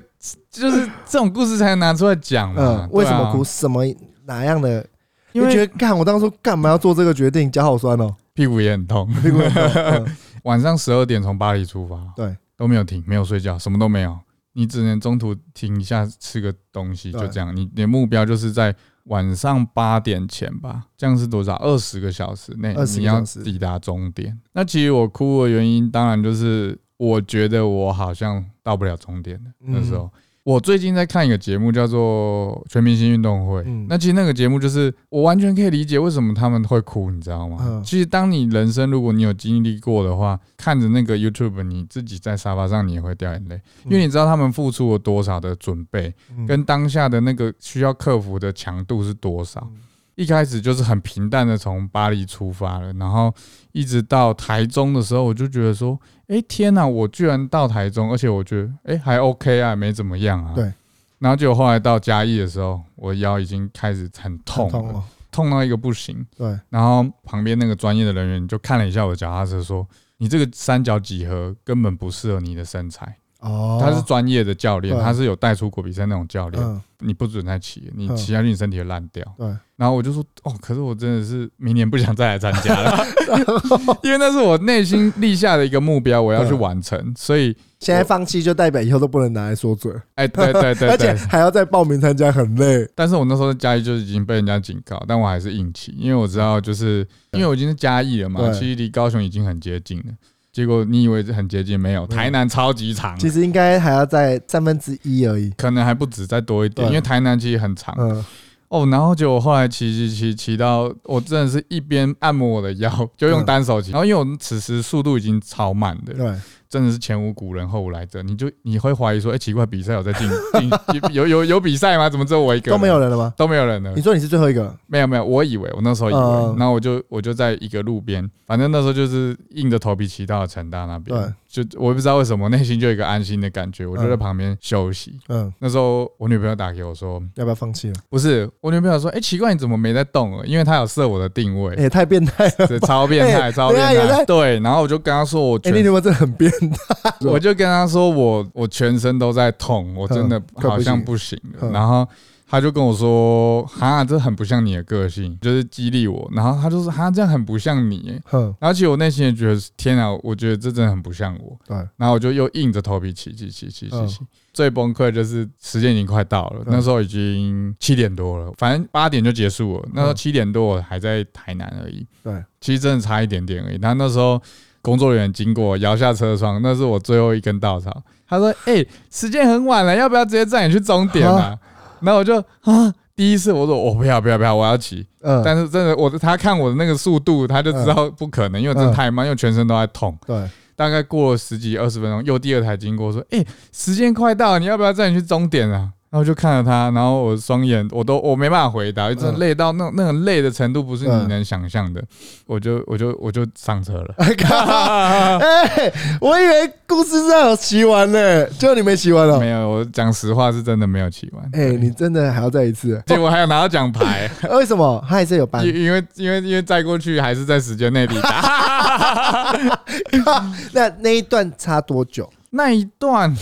就是这种故事才能拿出来讲嘛
嗯。，为什么
对
哭？
啊？
什么哪样的？
因
你觉
为
得干我当初干嘛要做这个决定？脚好酸哦，
屁股也很痛。
屁股很痛。嗯
晚上十二点从巴黎出发，
对，
都没有停，没有睡觉，什么都没有，你只能中途停一下吃个东西，
对
就这样。你你的目标就是在晚上八点前吧，这样是多少？二十个小时内
20
你
个
要
小时
抵达终点。那其实我哭的原因，当然就是我觉得我好像到不了终点了。
嗯
那时候。我最近在看一个节目，叫做《全明星运动会》。
嗯
那其实那个节目就是我完全可以理解为什么他们会哭，你知道吗？
嗯
其实当你人生如果你有经历过的话，看着那个 YouTube，你自己在沙发上你也会掉眼泪，因为你知道他们付出了多少的准备，
嗯
跟当下的那个需要克服的强度是多少。
嗯
一开始就是很平淡的从巴黎出发了，然后一直到台中的时候，我就觉得说，哎、天哪、我居然到台中，而且我觉得，哎、还 OK 啊，没怎么样啊。
对。
然后结果后来到嘉义的时候，我腰已经开始很痛
很
了，
痛哦，
痛到一个不行。
对，
然后旁边那个专业的人员就看了一下我的脚踏车，说：“你这个三角几何根本不适合你的身材。
哦，
他是专业的教练，
对
他是有带出国比赛那种教练，
嗯，
你不准再骑，你
嗯
骑下去你身体会烂掉。
对，
然后我就说：“哦，可是我真的是明年不想再来参加
[LAUGHS]
了， [LAUGHS] 因为那是我内心立下的一个目标，我
嗯
要去完成。所以，
现在放弃就代表以后都不能拿来说嘴，
哎，对对
[LAUGHS]
对
而且
对。嗯
还要再报名参加，很累。
但是我那时候在嘉义就已经被人家警告，但我还是硬骑，因为我知道就是因为我已经是嘉义了嘛，
对
其实离高雄已经很接近了。结果你以为很接近，没有，
没有
台南超级长，
其实应该还要再三分之一而已。
可能还不止，再多一点，
对
因为台南其实很长
嗯，
哦。然后结果我后来骑骑骑骑到，我真的是一边按摩我的腰，就用
嗯
单手骑，然后因为我此时速度已经超慢的，
对，
真的是前无古人后无来者，你就你会怀疑说，哎，奇怪，比赛有在进进有有有比赛吗？怎么只有我一个
都没有
人
人了吗？
都没有人呢
你？说你是最后一个，
没有没有，我以为我那时候以为，
嗯
然后我就我就在一个路边，反正那时候就是硬着头皮骑到了成大那边，就我也不知道为什么内心就有一个安心的感觉，我就在旁边休息。
嗯，
那时候我女朋友打给我说，
要不要放弃了？
不是我女朋友说，哎、奇怪你怎么没在动啊？因为她有设我的定位，
哎，太变态
[LAUGHS]
了！
这超变态，
哎
超变
对啊有
态。
在
对，然后我就跟她说，我
哎，
全
你女朋友真的很变态。
我就跟他说我我全身都在痛，我真的
嗯快不行
好像不行了。
嗯
然后他就跟我说，哈，这很不像你的个性，就是激励我。然后他就说，哈，这样很不像你耶。
哼，
然后其实我内心也觉得，天啊，我觉得这真的很不像我。
对，
然后我就又硬着头皮骑骑骑骑骑骑。最崩溃就是时间已经快到了，
嗯
那时候已经七点多了，反正八点就结束了。那时候
嗯
七点多我还在台南而已。
对，
其实真的差一点点而已。他那时候工作人员经过，摇下车窗，那是我最后一根稻草。他说：“哎、时间很晚了，要不要直接载你去终点啊？”然后我就啊，第一次我说我不要不要不要，我要骑。
嗯，
但是真的，我他看我的那个速度，他就知道不可能，因为真的太慢，因为全身都在痛。
对， [LAUGHS]
大概过了十几二十分钟，又第二台经过说：“哎、时间快到了，你要不要载你去终点啊？”然后就看着他，然后我双眼我都我没办法回答，真的累到那那种累的程度，不是你
嗯
能想象的。我就我就我就上车
[LAUGHS]
了。 [LAUGHS]
哎、我以为故事上有骑完呢，结果你没骑完哦。
没有，我讲实话是真的没有骑完。
哎、你真的还要再一次？哎
结果还有拿到
[LAUGHS]
奖牌，
为什么？他还是有班
因，因为因为因为再过去还是在时间内抵
[LAUGHS]
达。
那那一段差多久？
那一段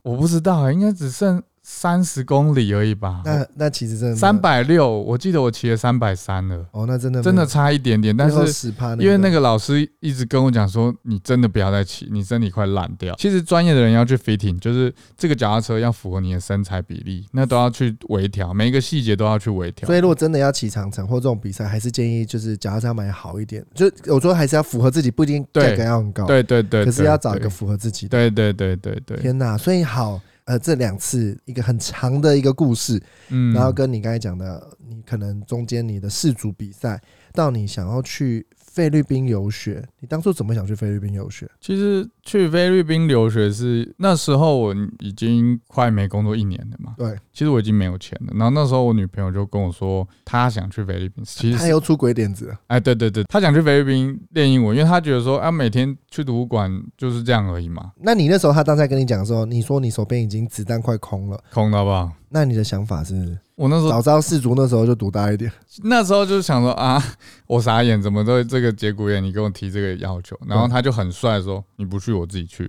我不知道，应该只剩三十公里而已吧。
那那其实真的
哦三百六，我记得我骑了三百三了，
哦，那真的啊
真的差一点点。但是
十趴，
因为那个老师一直跟我讲说，你真的不要再骑，你身体快烂掉。其实专业的人要去 fitting，就是这个脚踏车要符合你的身材比例，那都要去微调，每一个细节都要去微调
所。以，如果真的要骑长城或这种比赛，还是建议就是脚踏车要买好一点。就我说还是要符合自己，不一定价
对
格要很高，
对对对，
可是
对
要找一个
对
符合自己的。
对对对对对，
天哪！所以好，呃，这两次一个很长的一个故事，
嗯
然后跟你刚才讲的，你可能中间你的世足比赛，到你想要去菲律宾游学，你当初怎么想去菲律宾游学？
其实去菲律宾留学是那时候我已经快没工作一年了嘛，
对，
其实我已经没有钱了。然后那时候我女朋友就跟我说，她想去菲律宾，其实
他
是
又出轨点子了，
哎，对对对，她想去菲律宾练英文，因为她觉得说啊，每天去图书馆就是这样而已嘛，
那你那时候他当下跟你讲的时候，你说你手边已经子弹快空了，
空的好不好？
那你的想法是
我那时候
早知道世足那时候就读大一点，
那时候就是想说啊， [LAUGHS] 我傻眼，怎么都这个节骨眼你跟我提这个要求？然后他就很帅地说你不去我自己去，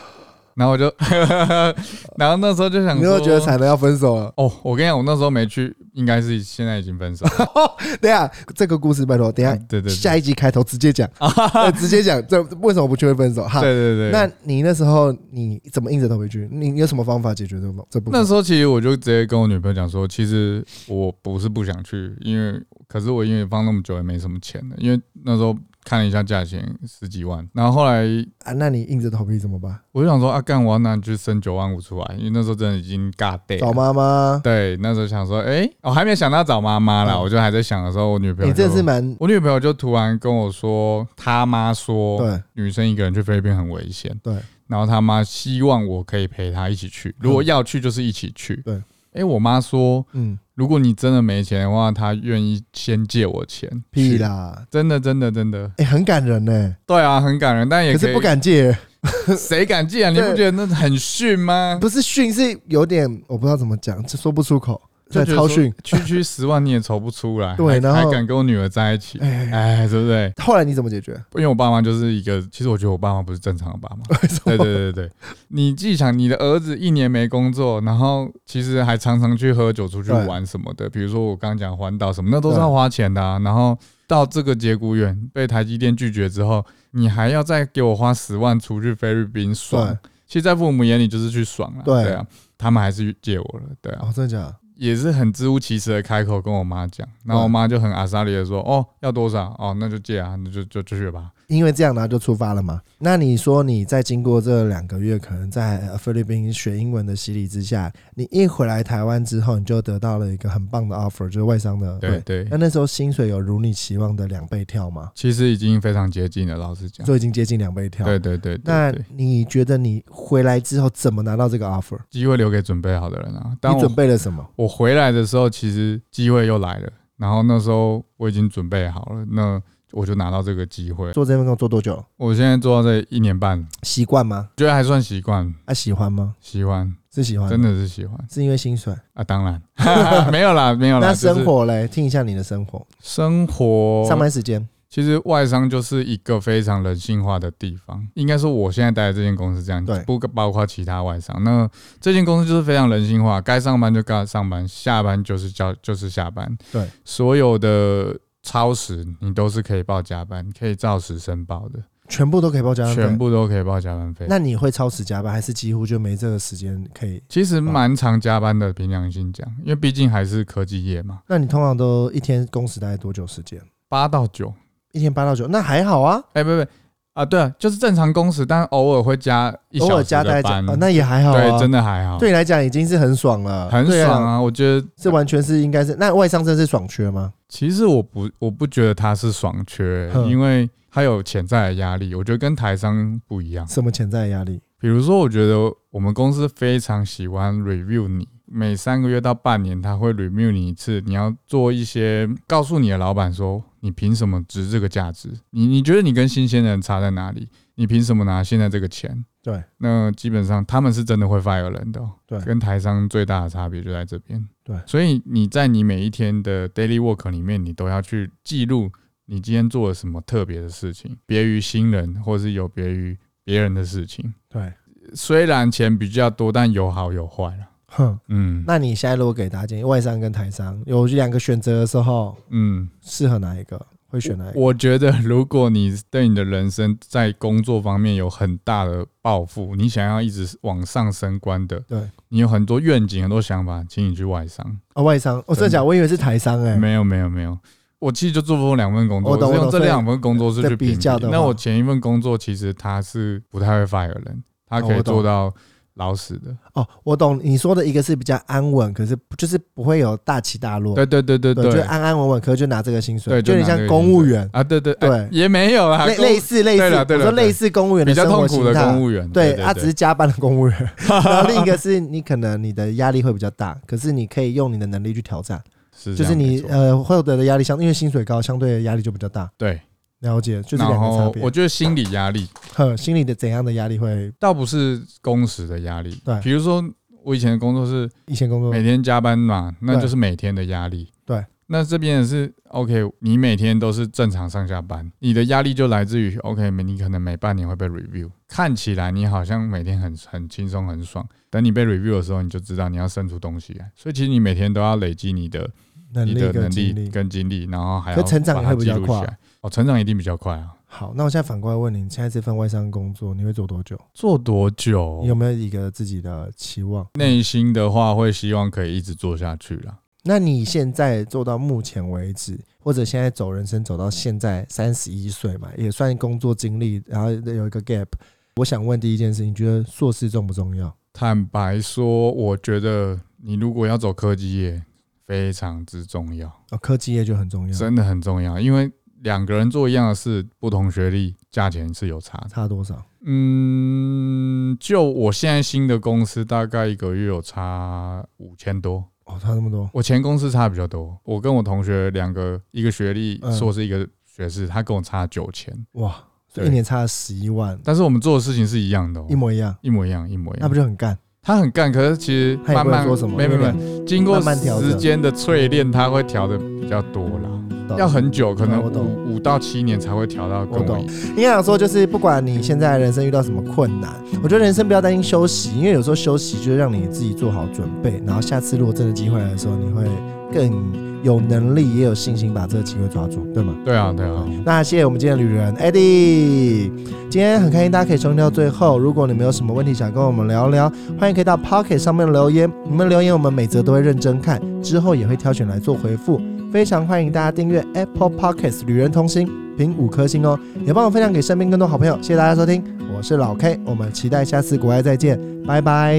[LAUGHS] 然后我就， [LAUGHS] 然后那时候就想
你
说，
又觉得彩的要分手了。 [LAUGHS]
哦，我跟你讲，我那时候没去，应该是现在已经分手了。
等一下这个故事拜托，等一下
对对对
下一集开头直接
[LAUGHS]
讲，呃直接讲这为什么不去会分手？哈
[LAUGHS] 对， [LAUGHS] 对对，
那你那时候你怎么硬着头皮去？你你有什么方法解决这个这部分？
那时候其实我就直接跟我女朋友讲说，其实我不是不想去，因为可是我因为放那么久也没什么钱了，因为那时候看了一下价钱十几万，然后后来
啊，那你硬着头皮怎么办？
我就想说啊，干我要那就生九万五出来，因为那时候真的已经尬掉。
找妈妈？
对，那时候想说，哎、我、还没想到找妈妈啦，
嗯
我就还在想的时候，我女朋友
你
就
真的是蛮
我女朋友就突然跟我说，她妈说，
对
女生一个人去菲律宾很危险。
对，
然后他妈希望我可以陪她一起去，如果要去就是一起去。
嗯对，
哎，我妈说，
嗯
如果你真的没钱的话，她愿意先借我钱。
屁
去！
啦，
真的，真的，真的，
哎，很感人呢，
对啊，很感人，但也
可
以
是不，敢借，
谁敢借啊？你
对
不觉得那很逊吗？
不是训是有点我不知道怎么讲，就说不出口，
就
在
觉得
超
说
训。
区区十万你也筹不出来，
[LAUGHS] 对
还
然后
还敢跟我女儿在一起，
哎，
哎，对不对？
后来你怎么解决？
因为我爸妈就是一个，其实我觉得我爸妈不是正常的爸妈，
[LAUGHS] 为什
对
么？
对对对，你既想你的儿子一年没工作，然后其实还常常去喝酒、出去
对
玩什么的，比如说我刚刚讲环岛什么，那都是要花钱的、啊。然后到这个节骨眼被台积电拒绝之后，你还要再给我花十万出去菲律宾爽
对，
其实，在父母眼里就是去爽了，
对
对啊，他们还是借我了，对啊，
哦，真的假的？
也是很支吾其词的开口跟我妈讲，然后我妈就很阿莎里的说，哦，要多少？哦，那就借啊，那就就就去吧。
因为这样，然后就出发了嘛。那你说你在经过这两个月，可能在呃菲律宾学英文的洗礼之下，你一回来台湾之后，你就得到了一个很棒的 offer，就是外商的。
对。对
那，那时候薪水有如你期望的两倍跳吗？
其实已经非常接近了，老实讲。
就已经接近两倍跳。
对。对对，
哦
对
那
对
你觉得你回来之后怎么拿到这个 offer？
机会留给准备好的人啊。当
你
我
准备了什么？
我回来的时候，其实机会又来了，然后那时候我已经准备好了，那我就拿到这个机会。
做这份工作做多久？
我现在做到这一年半，
习惯吗？
觉得还算习惯，
啊，喜欢吗？
喜欢，
是喜欢，
真的是喜欢
是因为薪水。
啊！当然 [LAUGHS] 没有啦，没有啦，
那
就是
生活嘞？听一下你的生活，
生活
上班时间。
其实外商就是一个非常人性化的地方，应该说我现在待的这间公司这样
对，
不包括其他外商。那这间公司就是非常人性化，该上班就该上班，下班就是叫就是下班。
对，
所有的超时你都是可以报加班，可以照时申报的，
全部都可以报加班费，
全部都可以报加班费。
那你会超时加班，还是几乎就没这个时间可以？
其实蛮常加班的，凭良心讲，因为毕竟还是科技业嘛，
那你通常都一天工时大概多久时间？
八到九，
一天八到九，那还好啊。
哎，不不。啊，对啊，就是正常工时，但偶尔会加一
偶
小
尔
时
加
的
代加，
班，
啊那也还好啊，
对，真的还好，
对你来讲已经是很爽了，
很
对
爽
啊，
啊。我觉得
这完全是应该是那外商真的是爽缺吗？
其实我不我不觉得他是爽缺，
哼
因为他有潜在的压力，我觉得跟台商不一样。
什么潜在的压力？
比如说，我觉得我们公司非常喜欢 review 你，每三个月到半年他会 review 你一次，你要做一些告诉你的老板说，你凭什么值这个价值？你你觉得你跟新鲜人差在哪里？你凭什么拿现在这个钱？
对，
那基本上他们是真的会 fire 人的哦、
对
跟台商最大的差别就在这边。
对
所以你在你每一天的 daily work 里面，你都要去记录你今天做了什么特别的事情，别于新人或是有别于别人的事情。
对，
虽然钱比较多，但有好有坏了。
哼，
嗯，
那你现在如果给大家建议，外商跟台商有两个选择的时候，
嗯，
适合哪一个？会选哪一个？
我觉得如果你对你的人生在工作方面有很大的抱负，你想要一直往上升官的，
对，
你有很多愿景、很多想法，请你去外商。
啊，外商，我真的假的？我以为是台商哎，
没有，没有，没有。我其实就做过两份工作，
我懂
是
我
用
懂
这
所以
两份工作是
在
去
比
评
较的
那
话
我前一份工作其实他是不太会 fire 人，他
哦
可以
我懂
做到老死的。
哦，我懂你说的一个是比较安稳，可是就是不会有大起大落，
对对对对
对，就安安稳稳，可是就拿这个薪水，
对，
就有点
拿这
像
个
公务
薪水
员，
啊，对对哎
对
也没有啦，
类
公务
类似类
对了
似，
对
我
了
说
对
类似公务员
比
的
较
生活
痛苦
形
的
态
公。务员，
对，
对，
他
对
只是加班的公务
[LAUGHS]
员，然后另一个是你可能你的压力会比较大，可是你可以用你的能力去挑战，
是
就
这
是
样没
你
错
呃获得的压力相，因为薪水高，相对的压力就比较大。
对，
了解，就是两
然
个差
后
别
我。觉得心理压力
呵，心里的怎样的压力会
倒不是工时的压力，
对
比如说我以前的工作是
以前工作
每天加班嘛，那
对
就是每天的压力。
嗯对，
那这边的是 OK，你每天都是正常上下班，你的压力就来自于 OK，你可能每半年会被 review，看起来你好像每天很很轻松很爽，等你被 review 的时候，你就知道你要生出东西来，所以其实你每天都要累积你的
能
你
力
的
跟
能
精
力
力。
跟精力，然后还要
可成长
把它
会比
记
较
录
快啊
起来哦，成长一定比较快啊。
好，那我现在反过来问你，你现在这份外商工作你会做多久？
做多久
你有？没有一个自己的期望？
内心的话会希望可以一直做下去啦。
那你现在做到目前为止，或者现在走人生走到现在三十一岁嘛，也算工作经历，然后有一个 gap。我想问第一件事，你觉得硕士重不重要？
坦白说，我觉得你如果要走科技业，非常之重要，
哦，科技业就很重要，
真的很重要，因为两个人做一样的事，不同学历，价钱是有差的。
差多少？
嗯，就我现在新的公司，大概一个月有差五千多。
哦，差那么多，
我前公司差比较多，我跟我同学两个，一个学历
嗯
硕士，一个学士，他跟我差九千，
哇，所以
对
一年差了十一万，
但是我们做的事情是一样的、哦
一，模一样，
一模一样，一模一
那
样
不。就很干？
他很干，可是其实
他也
慢
不能
慢
说什么，
没没
因为
没，经过
慢慢调整
时间的淬炼，它会调的比较多啦，
懂
要很久，可能
嗯我懂
五五到七年才会调到跟
我
我
懂
一样。
应该想说，就是不管你现在人生遇到什么困难，我觉得人生不要担心休息，因为有时候休息就是让你自己做好准备，然后下次如果真的机会来的时候，你会更有能力，也有信心把这个机会抓住，对吗？
对啊，对啊，
那谢谢我们今天的旅人 Eddie，今天很开心大家可以收听到最后。如果你们有什么问题想跟我们聊聊，欢迎可以到 Pocket 上面留言，你们留言我们每则都会认真看，之后也会挑选来做回复。非常欢迎大家订阅 Apple Pockets 旅人同行，评五颗星哦，也帮我分享给身边更多好朋友。谢谢大家收听，我是老 K，我们期待下次国外再见，拜拜。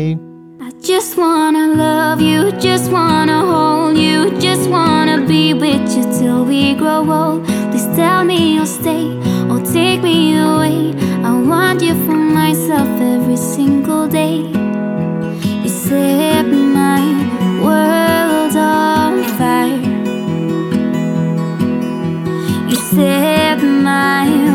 I just wanna love you, just wanna hold you, just wanna be with you till we grow old. Please tell me you'll stay or take me away. I want you for myself every single day. You set my world on fire. You set my